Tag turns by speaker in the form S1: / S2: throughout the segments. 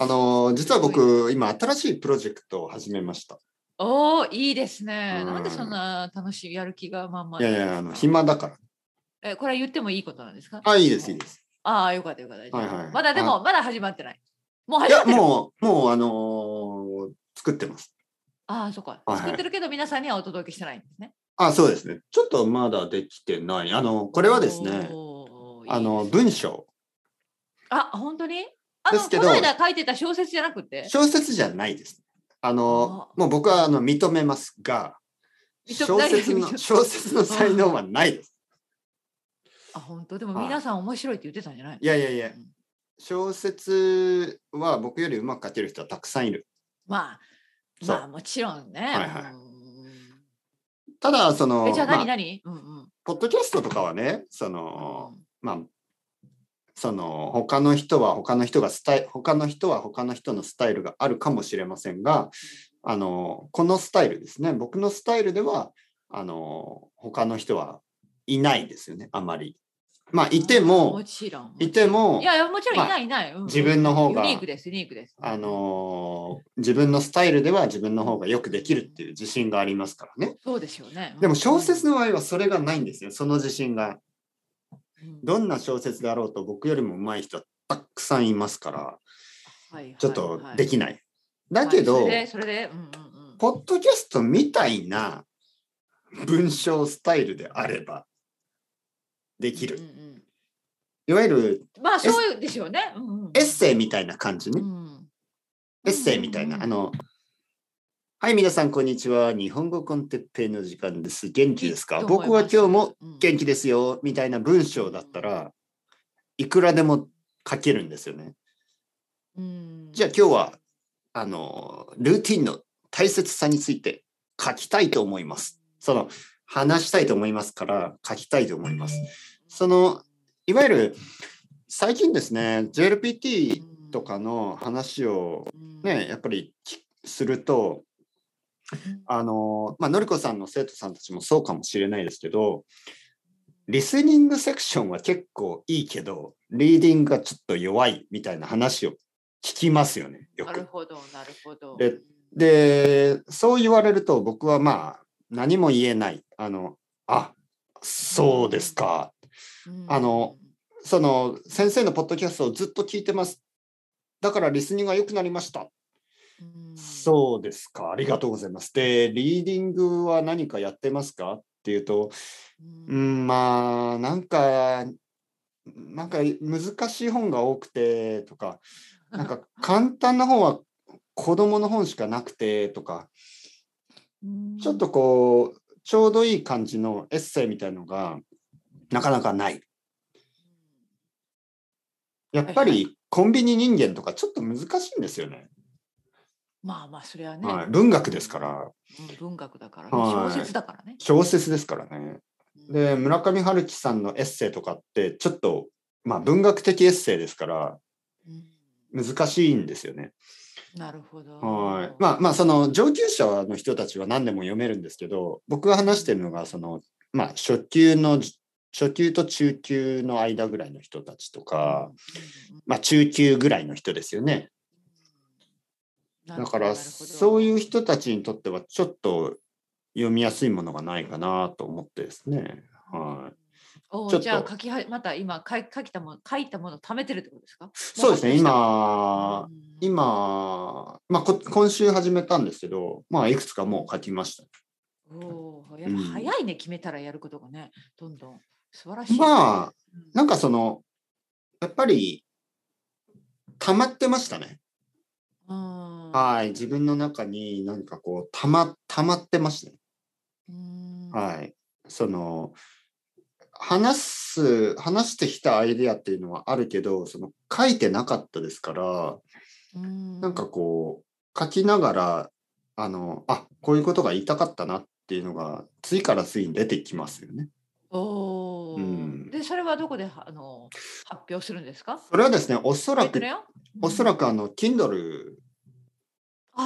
S1: あのー実は僕、今、新しいプロジェクトを始めました。
S2: おお、いいですね。
S1: うん
S2: なんでそんな楽しいやる気がまんま
S1: い
S2: な
S1: やい
S2: んですか
S1: や、あの暇だから。
S2: え、これは言ってもいいことなんですか
S1: あ、いいです、いいです。
S2: ああ、よかったよかった。大丈夫
S1: はいはい
S2: まだでも、まだ始まってない。もう
S1: い
S2: 始まっ
S1: や、
S2: てる。
S1: もう、もう、あのー作ってます。
S2: ああ、そっか。
S1: はい
S2: 作ってるけど、皆さんにはお届けしてないんですね。
S1: あ、そうですね。ちょっとまだできてない。あの、こ
S2: こ
S1: れはですね、あの、文章、
S2: あ、本当にあ
S1: で
S2: の、
S1: す
S2: こ
S1: けど
S2: の間書いてた小説じゃなくて、
S1: 小説じゃないです。あの、もう僕はあの認めますが、
S2: 認
S1: 小説
S2: 何が
S1: の、
S2: 認め
S1: 小説の才能はないです。
S2: あ、本当でも
S1: はい
S2: 皆さん面白いって言ってたんじゃないの
S1: いやいやいや
S2: うん、
S1: 小説は僕よりうまく書ける人はたくさんいる。
S2: まあ、
S1: そう
S2: まあもちろんね。
S1: はいはい
S2: うん
S1: ただ、その
S2: え、じゃあ
S1: ま
S2: 何
S1: あ、
S2: 何、うんうん
S1: ポッドキャストとかはね、その、
S2: う
S1: まあ、その他の人は他の人がスタイ他の人は他の人のスタイルがあるかもしれませんが、あのこのスタイルですね。僕のスタイルではあの他の人はいないですよね。あまり。まあ
S2: ん
S1: いて
S2: も
S1: も
S2: ちろん。
S1: いても
S2: いやいや、もちろん
S1: まあ
S2: いないいない。うんうん
S1: 自分の方が
S2: ユニークです、ユニークです。
S1: あの自分のスタイルでは自分の方がよくできるっていう自信がありますからね。
S2: そうですよね。うん
S1: でも小説、の場合はそれがないんですよ。その自信が。
S2: うん
S1: どんな小説であろうと僕よりも上手い人はたくさんいますから。ちょっとでき
S2: ない
S1: ない。
S2: は
S1: だ
S2: い。
S1: けど、
S2: はいそれで、それで、うんうんうん。
S1: ポッドキャストみたいな文章スタイルであればでき
S2: う
S1: る。
S2: んう
S1: いわゆる
S2: んまあ、そうですよね。うんうん
S1: エッセイみたいな感じ
S2: う
S1: ね。
S2: ん
S1: エッセイみたいな。あの、はい、皆さん、こんにちは。日本語コンテッペイの時間です。元気です
S2: いい
S1: か
S2: と思います
S1: 僕は今日も
S2: うん
S1: 元気ですよ。みたいな文章だったらいくらでも書けるんですよね。
S2: うん
S1: じゃあ今日はあのルーティンの大切さについて書きたいと思います。その話したいと思いますから書きたいと思います。そのいわゆる最近ですね JLPT とかの話を
S2: うん
S1: ねやっぱりきするとあのまあのりこさんの生徒さんたちもそうかもしれないですけどリスニングセクションは結構いいけどリーディングがちょっと弱いみたいな話を聞きますよねよ
S2: な
S1: く
S2: る。ほど、なるほど。
S1: でで、そう言われると僕はまあ何も言えない。あの、あ、そうですか。
S2: うん
S1: あの、その先生のポッドキャストをずっと聞いてます。だからリスニングが良くなりました。
S2: うん
S1: そうですか。ありがとうございます。で、リーディングは何かやってますかっていうと、う
S2: うん
S1: ん、まあ、なんか、なんか難しい本が多くてとか、なん か簡単な本は子供の本しかなくてとか、ちょっとこう、ちょうどいい感じのエッセイみたいのが、なかなかない。やっぱ
S2: はい
S1: りコンビニ人間とかちょっと難しいんですよね。
S2: まあまあ、それはね、
S1: はい、文学ですから、
S2: うん文学だから、
S1: はい
S2: 小説だからね。
S1: 小説ですからね。
S2: うん
S1: で、村上春樹さんのエッセイとかって、ちょっと、まあ、文学的エッセイですから、
S2: うん
S1: 難しいんですよね。
S2: なるほど。
S1: はい。まあまあ、その上級者の人たちは何でも読めるんですけど、僕が話してるのが、その、まあ、初級の、初級と中級の間ぐらいの人たちとか、まあ、中級ぐらいの人ですよね。
S2: うん、
S1: だから、そういう人たちにとっては、ちょっと読みやすいものがないかなと思ってですね。はい。ち
S2: ち
S1: ょっと
S2: じゃあ書きはまた今書い書きたもの書いたもの貯めてるってことですか
S1: そうですね、今、
S2: うん
S1: 今、まあ、こ今週始めたんですけど、まあ、いくつかもう書きました。
S2: おーやっぱ早いね、決めたらやることがねどんどん素晴らしい
S1: まあ、
S2: うん
S1: なんかその、やっぱり、溜まってましたね。
S2: うん
S1: はい。自分の中になんかこう、溜ま、溜まってましたね。
S2: うん
S1: はい。その、話す、話してきたアイデアっていうのはあるけど、その書いてなかったですから、
S2: うん
S1: なんかこう、書きながら、あの、あ、こういうことが言いたかったなっていうのが、次から次に出てきますよね。
S2: おお、
S1: うん
S2: でそれはどこではあの発表するんですか？
S1: それはですね、おそらく、おそら
S2: く
S1: くあの、Kindle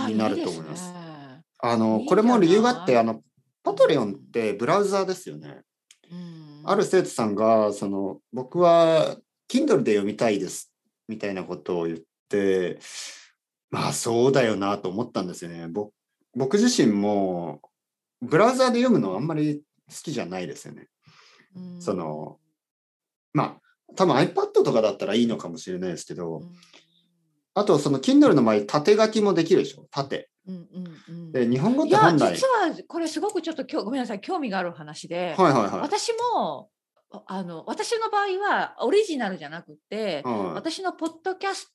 S1: になると思います
S2: あいいですね
S1: あ
S2: いい
S1: の
S2: んじゃない
S1: これも理由があってあのパトレオンってブラウザーですよね。
S2: うん
S1: ある生徒さんがその僕は Kindle で読みたいですみたいなことを言ってまあそうだよなと思ったんですよね。ぼ僕自身もブラウザーで読むのはあんまり好きじゃないですよね。
S2: うん
S1: その、まあ多分 iPad とかだったらいいのかもしれないですけ
S2: う
S1: ど、
S2: ん
S1: あとその Kindle の場合縦書きもできるでしょ縦。
S2: うんうんうん
S1: で日本語っ
S2: い
S1: て
S2: や
S1: 本来
S2: 実はこれすごくちょっと今日ごめんなさい興味がある話で、
S1: はいはいはい。
S2: 私もああの私の場合はオリジナルじゃなくて、
S1: うん
S2: 私のポッドキャス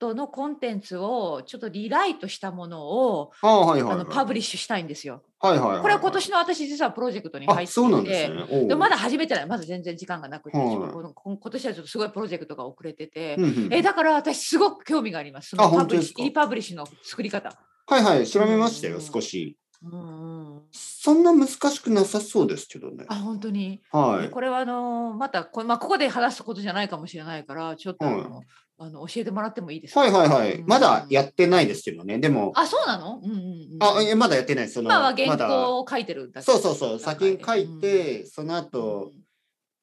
S2: トのコンテンツをちょっとリライトしたものを、
S1: ああはいはい
S2: あ
S1: は
S2: の
S1: い。
S2: パブリッシュしたいんですよ。
S1: はいはいはいはい
S2: これは今年の私実はプロジェクトに入
S1: あ
S2: っていて
S1: そうなんですね。おう
S2: でもまだ始めてないまだ全然時間がなくて、
S1: はい
S2: ちょっとこのこん今年はちょっとすごいプロジェクトが遅れてて、
S1: うん うん
S2: えだから私すごく興味がありますそ
S1: あ
S2: のパ
S1: 本
S2: ブ
S1: 当
S2: リ
S1: で
S2: ッ
S1: す
S2: シ
S1: か
S2: ュリパブリッシュの作り方。
S1: はいはい調べましたよ
S2: うん
S1: 少し。
S2: うんうん、
S1: そんな難しくなさそうですけどね
S2: あ。本当に
S1: は
S2: で
S1: い。
S2: これはあのーまたこ,、まあ、ここで話すことじゃないかもしれないからちょっとあの、あの教えてもらってもいいですか
S1: はいはいはい。
S2: うん
S1: まだやってないですけどね。でも、
S2: あそうなのうんうんうん
S1: あ、いやまだやってない。その、
S2: 今は
S1: ま
S2: 原
S1: だ
S2: 稿を書いてるんだけ
S1: そうそう
S2: ど
S1: そう。先に書いて、その後、
S2: うん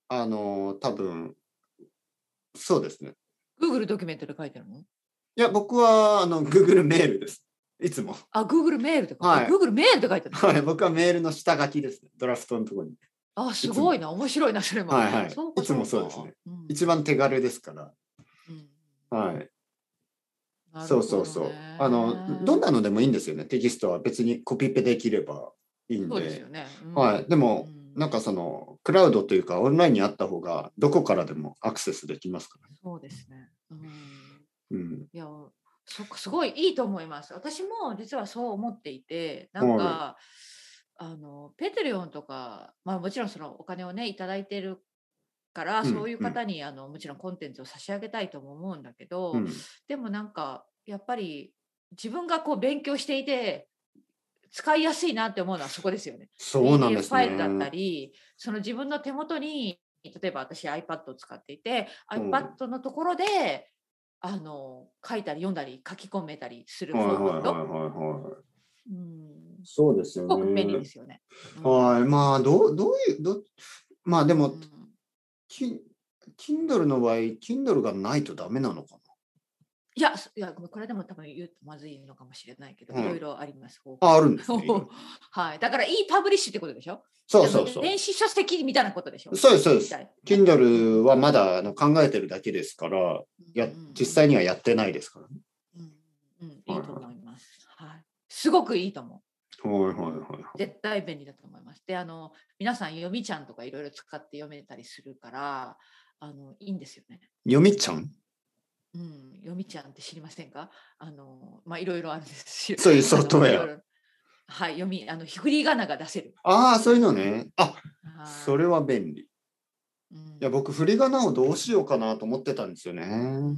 S1: あの、多分、そうですね。
S2: Google ドキュメントで書いてるの
S1: いや、僕は、あの、Google メールです。いつも。
S2: あ Google メールとか、
S1: はい
S2: Google メールで書いてるの
S1: はい。僕はメールの下書きですね。ドラフトのところに。
S2: あすごいな面白いなそれも、
S1: はいはい
S2: そうか
S1: いつも
S2: か
S1: そうですね
S2: うん
S1: 一番手軽ですから。
S2: うん
S1: はい。
S2: なるほどね
S1: そうそうそう。あの、どんなのでもいいんですよね。テキストは別にコピペできればいいん
S2: そうです
S1: で
S2: よ。ね、うん
S1: はい。でも、
S2: うん
S1: なんかそのクラウドというかオンラインにあった方がどこからでもアクセスできますから、ね
S2: そうですね、うん
S1: うん。
S2: いやそっかすごいいいと思います。私も実はそう思っていてなんか、
S1: は
S2: あのペテリオンとか、まあ、もちろんそのお金をねいただいてるから、
S1: うん
S2: そういう方にあのもちろんコンテンツを差し上げたいとも思うんだけど、
S1: うん、
S2: でもなんかやっぱり自分がこう勉強していて使いやすいなって思うのはそこですよね。
S1: そうなんです
S2: PDF ファイルだった
S1: ね。
S2: り、その自分の手元に、例えば私 iPad を使っていて、
S1: うん
S2: iPad のところで、あの、書いたり読んだり書き込めたりする
S1: は
S2: フ
S1: い
S2: ォ
S1: はい
S2: ー
S1: はいは
S2: マッ
S1: い
S2: ト。
S1: はい。
S2: うん。す
S1: そうですよ
S2: ごく便利
S1: ね
S2: で。すよね。うん
S1: はい、まあどうどういうどまあで
S2: う
S1: も
S2: ん
S1: キ Kindle の場合 Kindle がないとダメなのか
S2: いや、すいや、これでも多分言うとまずいのかもしれないけど、
S1: うん
S2: いろいろあります。方法
S1: な。ああるんですね。
S2: はい。だから、いいパブリッシュってことでしょ
S1: そうそう
S2: で
S1: そ
S2: も
S1: う。
S2: 電子書籍みたいなことでしょ
S1: そうですそうで
S2: み
S1: す
S2: た。い
S1: Kindle はまだあの考えてるだけですから、や
S2: うんうんうん
S1: 実際にはやってないですから、ね。
S2: うんうん、いい
S1: はいはい
S2: と思います。はい。すごくいいと思
S1: はいはいはい。
S2: う。絶対便利だと思います。で、あの、皆さん、読みちゃんとかいろいろ使って読めたりするから、あの、いいんですよね。
S1: 読みちゃん
S2: うん、読みちゃんって知りませんかあの、まあ、いろいろあるんですし。
S1: そういうソフトウェア
S2: あの。いろいろはい、読み、あの、ひくりがなが出せる。
S1: ああ、そういうのね。あ
S2: はい
S1: それは便利。
S2: うん
S1: いや僕振り仮名をどうしようかなと思ってたんですよ
S2: う
S1: ね。
S2: ん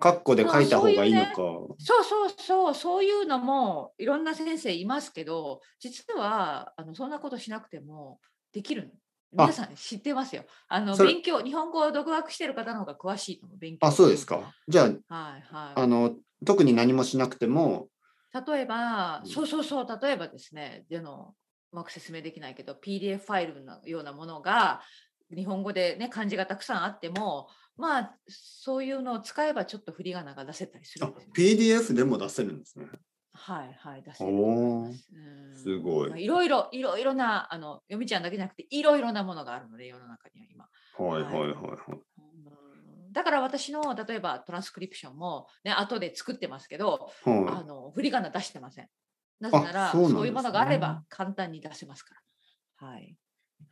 S1: カッコで書いた方がいいの
S2: あ
S1: か。
S2: そうそうそう、そういうのもいろんな先生いますけど、実はあのそんなことしなくてもできる
S1: あ
S2: の。皆さん知ってますよ。あの
S1: それ
S2: 勉強、日本語を独学してる方の方が詳しいと思う。勉強
S1: あそうです。か。じゃ
S2: はいは
S1: ああの特に何もしなくても。
S2: い。例えば、
S1: うん
S2: そうそうそう、例えばですね、でのうまく説明できないけど、PDF ファイルのようなものが日本語でね漢字がたくさんあっても、まあそういうのを使えばちょっと振り仮名が出せたりする
S1: あ
S2: んですよ。
S1: PDF でも出せるんですね。
S2: はいはい出せると思
S1: お
S2: い
S1: お
S2: ます。うん
S1: すごい
S2: まあ。いろいろいろいろなあの読みちゃんだけじゃなくていろいろなものがあるので世の中には今。
S1: はいはいはいはい。
S2: うんだから私の例えばトランスクリプションもね後で作ってますけど、あ
S1: は
S2: の振り仮名出してません。なぜなら
S1: あそ
S2: そ,、
S1: ううなんですね
S2: いうものがあれば簡単に出せますから。はい。
S1: い、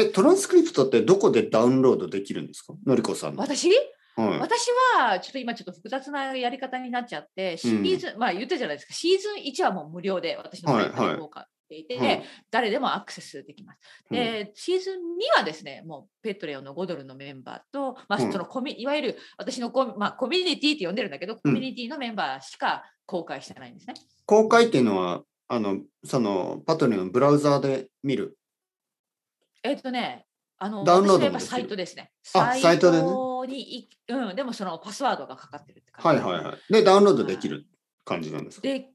S1: えトランスクリプトってどこでダウンロードできるんですかのりこさんの。はい、
S2: 私私はちょっと今ちょっと複雑なやり方になっちゃってシーズン、まあ言ったじゃないですかシーズン1はもう無料で私の
S1: はい
S2: サイトで公開していて、
S1: はい
S2: 誰でもアクセスできます。でシーズン2はですねもうペットレオンの5ドルのメンバーと、まあ、
S1: うん
S2: そのコミいわゆる私のコミ,、まあ、コミュニティって呼んでるんだけどコミュニティのメンバーしか公開してないんですね。
S1: 公開っていうのはあのそのパトリのブラウザーで見る。
S2: えっ、とねあの
S1: ダウンロードも
S2: 私の
S1: できる
S2: やっぱサイトですね。
S1: あサイトでね
S2: にいうん、でもそのパスワードがかかってるって
S1: は
S2: 感
S1: い
S2: じ。
S1: はいはい。でダウンロードできる感じなんですか。
S2: で、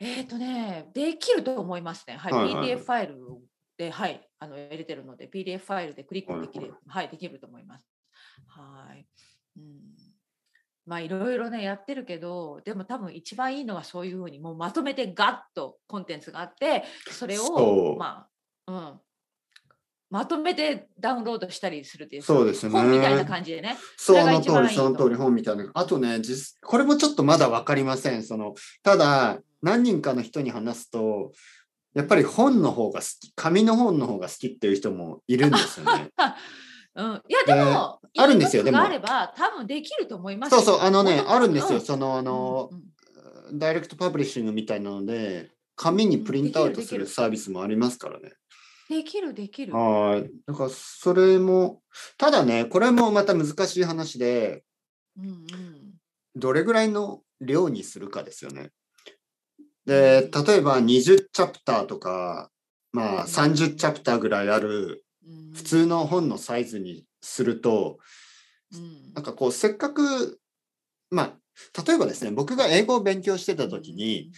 S2: えっ、とね、できると思いますね。はい、
S1: はいはい
S2: PDF ファイルで、はい、あの入れてるので、PDF ファイルでクリックできる、はい、できると思います。はい。うん、まあいろいろねやってるけどでも多分一番いいのはそういうふうにもうまとめてガッとコンテンツがあってそれ
S1: そ
S2: を
S1: う
S2: まあうんまとめてダウンロードしたりするっていう
S1: そうですね
S2: 本みたいな感じでね
S1: そ
S2: れが
S1: の
S2: 一
S1: 通
S2: 番
S1: り、
S2: いい
S1: その通り、本みたいな。あとね、実これもちょっとまだ分かりません。そのただ、何人かの人に話すと、やっぱり本の方が好き、紙の本の方が好きっていう人もいるんです よね。
S2: うん、いやでも、
S1: あるんですよでも
S2: いいことがあれば多分できると思います
S1: そ
S2: よ
S1: うそう、あのね
S2: も、ともと
S1: あるんです
S2: う
S1: よ。その、あの、
S2: うんうん
S1: ダイレクトパブリッシングみたいなので、紙にプリントアウトするサービスもありますからね。
S2: できるできる。
S1: はい。だから、それも、ただね、これもまた難しい話で、
S2: うんうん
S1: どれぐらいの量にするかですよね。で、例えば20チャプターとか、まあ30チャプターぐらいある
S2: うん
S1: 普通の本のサイズにすると、
S2: うん
S1: なんかこう、せっかく、まあ、例えばですね、僕が英語を勉強してた時に、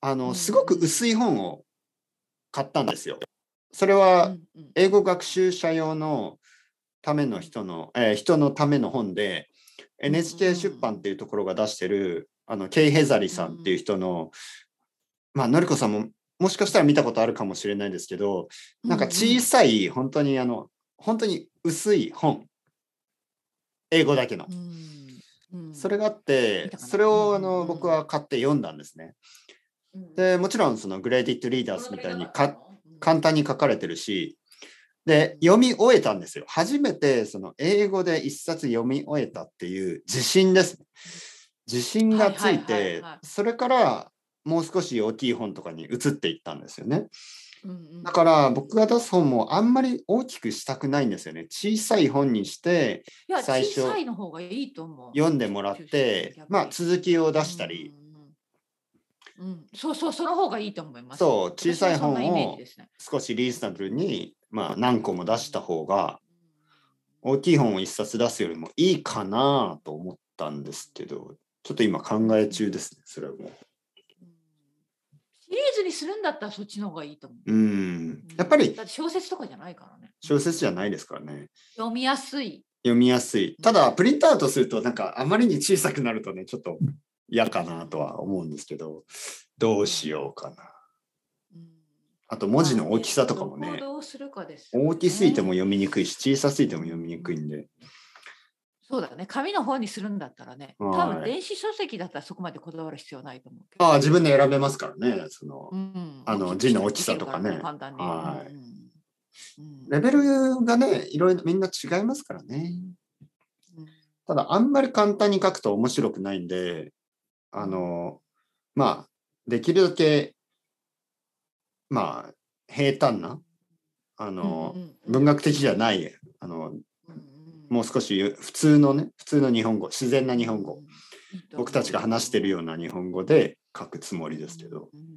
S1: あ
S2: う
S1: の、
S2: ん
S1: すごく薄い本を買ったんですよ。それ
S2: うん
S1: は、
S2: うんうん
S1: 英語学習者用のための人の、えー人のための本で、
S2: ん
S1: NHK 出版っていうところが出してる、あの、ケイ・ヘザリさんっていう人の、まあ、のりこさんも、もしかしたら見たことあるかもしれないですけど、なんか小さい、本当にあの、本当に薄い本。英語だけの
S2: う。んうん
S1: それがあって
S2: 見、たかな
S1: それをあ
S2: うんうんう
S1: の、
S2: ん
S1: 僕は買って読んだんですね。
S2: うん
S1: で、もちろんそのグレーディットリーダーズみたいにか簡単に書かれてるし、で、読み終えたんですよ。初めてその英語で一冊読み終えたっていう自信ですね。自信がつい
S2: はいはいはい
S1: て
S2: はい、
S1: それからもう少し大きい本とかに移っていったんですよね。
S2: うんうん
S1: だから僕が出す本もあんまり大きくしたくないんですよね。小さい本にして
S2: いや
S1: 最初
S2: 小さいの方がいいと思う。
S1: 読んでもらって、まあ続きを出したり、
S2: うんうんうん。うんそうそうその方がいいと思います。
S1: そう小さい本を
S2: 私はそんなイメージですね
S1: 少しリーズナブルに、まあ何個も出した方が大きい本を一冊出すよりもいいかなと思ったんですけど、ちょっと今考え中ですね、それも。
S2: うんシリーズにするんだったらそっちの方がいいと思
S1: う
S2: う。
S1: ん
S2: うん。
S1: やっぱり
S2: だって小説とかじゃないからね。
S1: 小説じゃないですからね。
S2: 読みやすい。
S1: 読みやすい。ただ、プリントアウトすると、なんかあまりに小さくなるとね、ちょっと嫌かなとは思うんですけど、どうしようかな。
S2: うん
S1: あと文字の大きさとかも
S2: まあ
S1: ね
S2: ど、う行動するかですよね
S1: 大きすぎても読みにくいし、小さすぎても読みにくいんで。
S2: そうだね。紙の本にするんだったらね。多
S1: はい
S2: 分電子書籍だったらそこまでこだわる必要ないと思うけど。
S1: ああ、自分で選べますからね、その
S2: う。ん
S1: あの
S2: 大きく
S1: 字の大きさとかね
S2: できるら簡単に。
S1: はい
S2: うんうん
S1: レベルがね、いろいろみんな違いますからね。
S2: うん
S1: ただ、あんまり簡単に書くと面白くないんで、あの、まあ、できるだけ、まあ、平坦な、あの、
S2: うんうん
S1: 文学的じゃない、あの、
S2: うんうん
S1: もう少し普通のね、普通の日本語、自然な日本語、。僕たちが話してる
S2: よ
S1: ような日本語で書くつもり
S2: う
S1: ですけど。。
S2: うんうんうん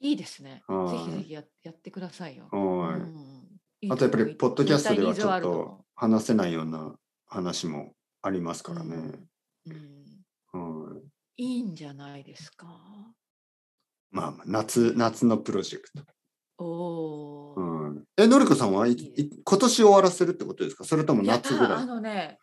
S2: いいですね。
S1: はい
S2: ぜひぜひややってくださいよ。
S1: は
S2: うん
S1: い。
S2: いい
S1: あとやっぱ
S2: 思う
S1: り、ポッドキャストではちょっ。
S2: 絶対ニーズある思
S1: と話せないような話もありますからね。
S2: ううん
S1: はい
S2: いいんじゃないですか。
S1: まあまあ、夏、夏のプロジェクト。
S2: おおー。
S1: うん、え、のりこさんはい
S2: いです
S1: い今年終わらせるってことですかそれとも
S2: いや
S1: 夏ぐら
S2: あ
S1: い
S2: のね、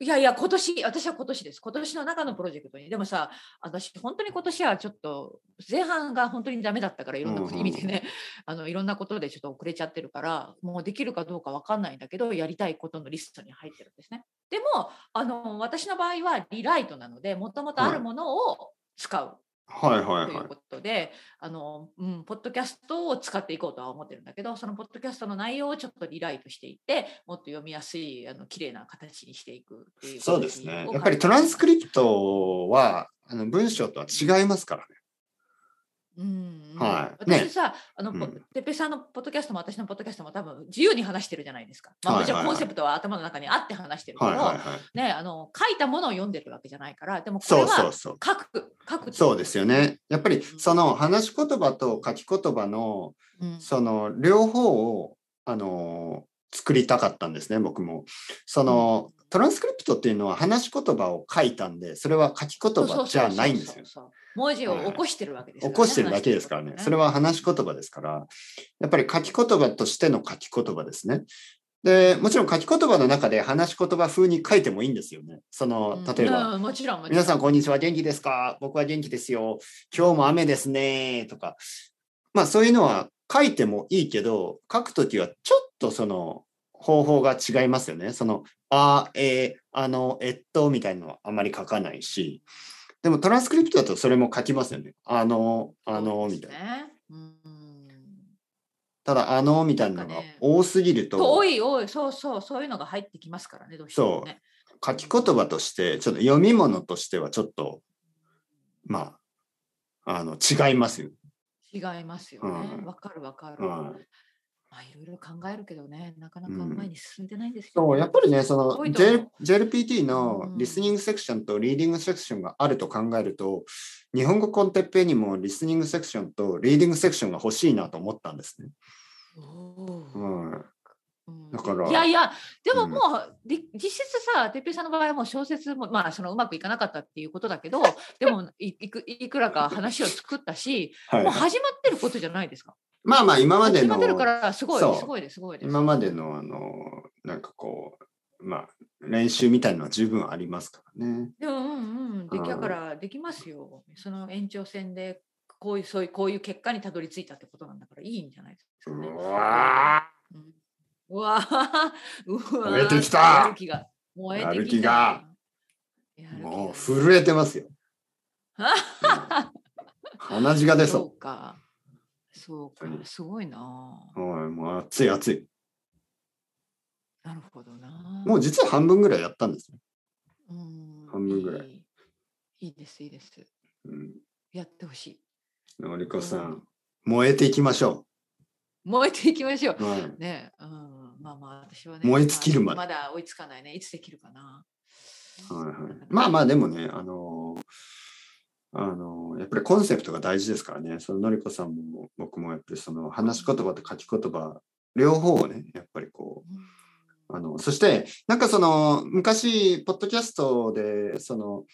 S2: いやいや、今年、私は今年です。今年の中のプロジェクトに。でもさ、私、本当に今年はちょっと、前半が本当にダメだったから、いろんなこと
S1: うん
S2: 意
S1: うん
S2: 味でね、あのいろんなことでちょっと遅れちゃってるから、もうできるかどうかわかんないんだけど、やりたいことのリストに入ってるんですね。でも、あの私の場合はリライトなので、もともとあるものを使う
S1: はいはい
S2: とい
S1: は
S2: うことで、あの、うん、ポッドキャストを使っていこうとは思ってるんだけど、そのポッドキャストの内容をちょっとリライトしていって、もっと読みやすい、あの、綺麗な形にしていくっていう
S1: い。
S2: こと
S1: そうですね
S2: を。
S1: やっぱりトランスクリプトは、あの文章とは違いますからね。
S2: うんうん
S1: はいね
S2: 私さ、あの、ぽ
S1: うん
S2: てっぺいさんのポッドキャストも私のポッドキャストも多分自由に話してるじゃないですか。まあ、
S1: はい
S2: もちろ
S1: はい
S2: ん
S1: はい
S2: コンセプトは頭の中にあって話してるけど、
S1: はいはいはい。
S2: ね、あの、書いたものを読んでるわけじゃないから、でもこれ
S1: そうそ
S2: は
S1: うそう。
S2: 書く、書く。
S1: そうですよね。。やっぱりその話し言葉と書き言葉の
S2: うん、
S1: その両方をあの作りたかったんですね、僕も。そのトランスクリプトっていうのは話し言葉を書いたんで、それは書き言葉じゃないんですよ。
S2: そうそうそうそう。文字を起こしてるわけですから
S1: 起
S2: ね
S1: こしてるだけですからね。それは話し言葉ですから、やっぱり書き言葉としての書き言葉ですね。で、もちろん書き言葉の中で話し言葉風に書いてもいいんですよね。その、例えば、
S2: うん、もちろんもちろ
S1: 皆
S2: ん
S1: さん、こんにちは。元気ですか僕は元気ですよ。今日も雨ですね。とか。まあ、そういうのは書いてもいいけど、書くときはちょっとその方法が違いますよね。その、あ、えーあの、えっと、みたいなのはあまり書かないし。でも、トランスクリプトだとそれも書きますよね。あの、あの、みたいな。
S2: な。うん
S1: ただ、あの、みたいなのが多すぎると。
S2: 多い多いそうそうそういうのが入ってきますからねどうしてもね。
S1: 書き言葉として、ちょっと読み物としてはちょっと、まあ、あの、違いますよ。
S2: 違いますよね。わ、
S1: うん
S2: かるわかる。
S1: うん
S2: まあいろいろ考えるけどねなかなか
S1: うん
S2: 前に進んでないんですけど、
S1: そう、やっぱりね、そ
S2: 多
S1: の
S2: いと思
S1: J- JLPT の
S2: うん
S1: リスニングセクションとリーディングセクションがあると考えると、日本語コンテッペイにもリスニングセクションとリーディングセクションが欲しいなと思ったんですね。
S2: おー
S1: うん。
S2: うん
S1: だから
S2: いやいやでも
S1: うん
S2: もう、り実質さ哲平さんの場合はもう小説もまあそのうまくいかなかったっていうことだ けどでもいいくいくらか話を作ったし
S1: はい
S2: もう。始まってることじゃないですか。
S1: まあまあ、今まで
S2: 始
S1: の
S2: まってるからすごい
S1: そう
S2: すごいですすごいです。
S1: 今までの、あの、なんかこう、まあ、練習みたいなのは十分ありますからね。
S2: でもうんうんで
S1: うん
S2: きだからできますよ。その延長線でこういうそういうこういう結果にたどり着いたってことなんだからいいんじゃないですかね。
S1: うわ
S2: うんうわー うわー
S1: 燃えてきた
S2: やる気が燃えてきた。
S1: や
S2: や
S1: ー
S2: る気が
S1: もう震えてます よ。鼻血が出
S2: そ
S1: そう
S2: か。そうか
S1: 本当。に
S2: すごいな
S1: う。はい、もう熱い熱い。
S2: あ。なるほどなあ。
S1: もう実は半分ぐらいやったんですね。
S2: うん
S1: 半分ぐらい
S2: いい。いいです、いいです。
S1: うん。
S2: やってほしい。
S1: のりこさん、燃えていきましょ
S2: 燃えていきましょう。
S1: う。はい。
S2: ねえ、うん、まあまあ私はね、
S1: 燃え尽きるまで
S2: まだ追いつかないね。いつできるかな。
S1: はいはい、まあまあでもね、あのーあのーやっぱりコンセプトが大事ですからね、そののりこさんも僕もやっぱりその話し言葉と書き言葉、両方をね、やっぱりこ
S2: う
S1: う、
S2: ん
S1: あのそしてなんかその昔、ポッドキャストで、その、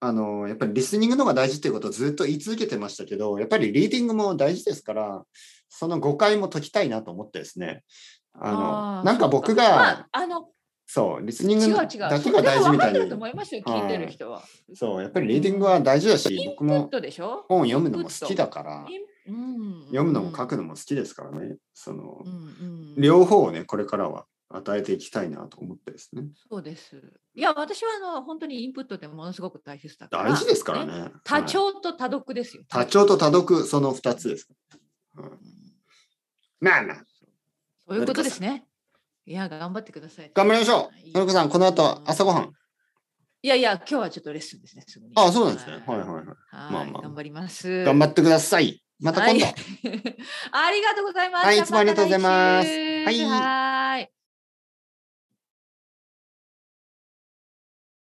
S1: あのーやっぱりリスニングの方が大事っていうことをずっと言い続けてましたけど、やっぱりリーディングも大事ですから、その誤解も解きたいなと思ってですね、あの
S2: ー
S1: なんか僕が、
S2: そうまあ、あの
S1: そう、リスニン
S2: 違う違
S1: グ
S2: う。
S1: だけが大
S2: そ
S1: 事み
S2: れは
S1: たい
S2: 分かってると
S1: に。
S2: 思いますよ。聞いて
S1: は
S2: る
S1: い
S2: 人は。
S1: そう、やっぱりリーディングは大事だし、僕
S2: インプッ
S1: も
S2: トでしょ。
S1: 本読むのも好きだから、
S2: インうん、
S1: 読むのも書く
S2: の。
S1: のも好きですからね、その
S2: うん、うん、
S1: 両方をね、これからは与えていきたいなと思ってですね。
S2: そうです。いや、私はあの本当にインプットってものすごく大切だから。
S1: 大事ですから。ね。
S2: 多
S1: はい
S2: 聴と多読ですよ。
S1: 多聴と多読、その2つです。
S2: うん
S1: まあまあ、
S2: そういうことですね。いや、頑張ってください。
S1: 頑張りましょ。
S2: はいう
S1: のりこさん、この後朝ごはん。
S2: いやいや、今日はちょっとレッスンですね。すぐに
S1: ああ、そうなんですね。はいはいはい。
S2: はい、
S1: まあまあ
S2: 頑張ります。
S1: 頑張ってください。また今度。
S2: はい ありがとうございます。
S1: はいいつもありがとうございます
S2: は
S1: はい
S2: はーい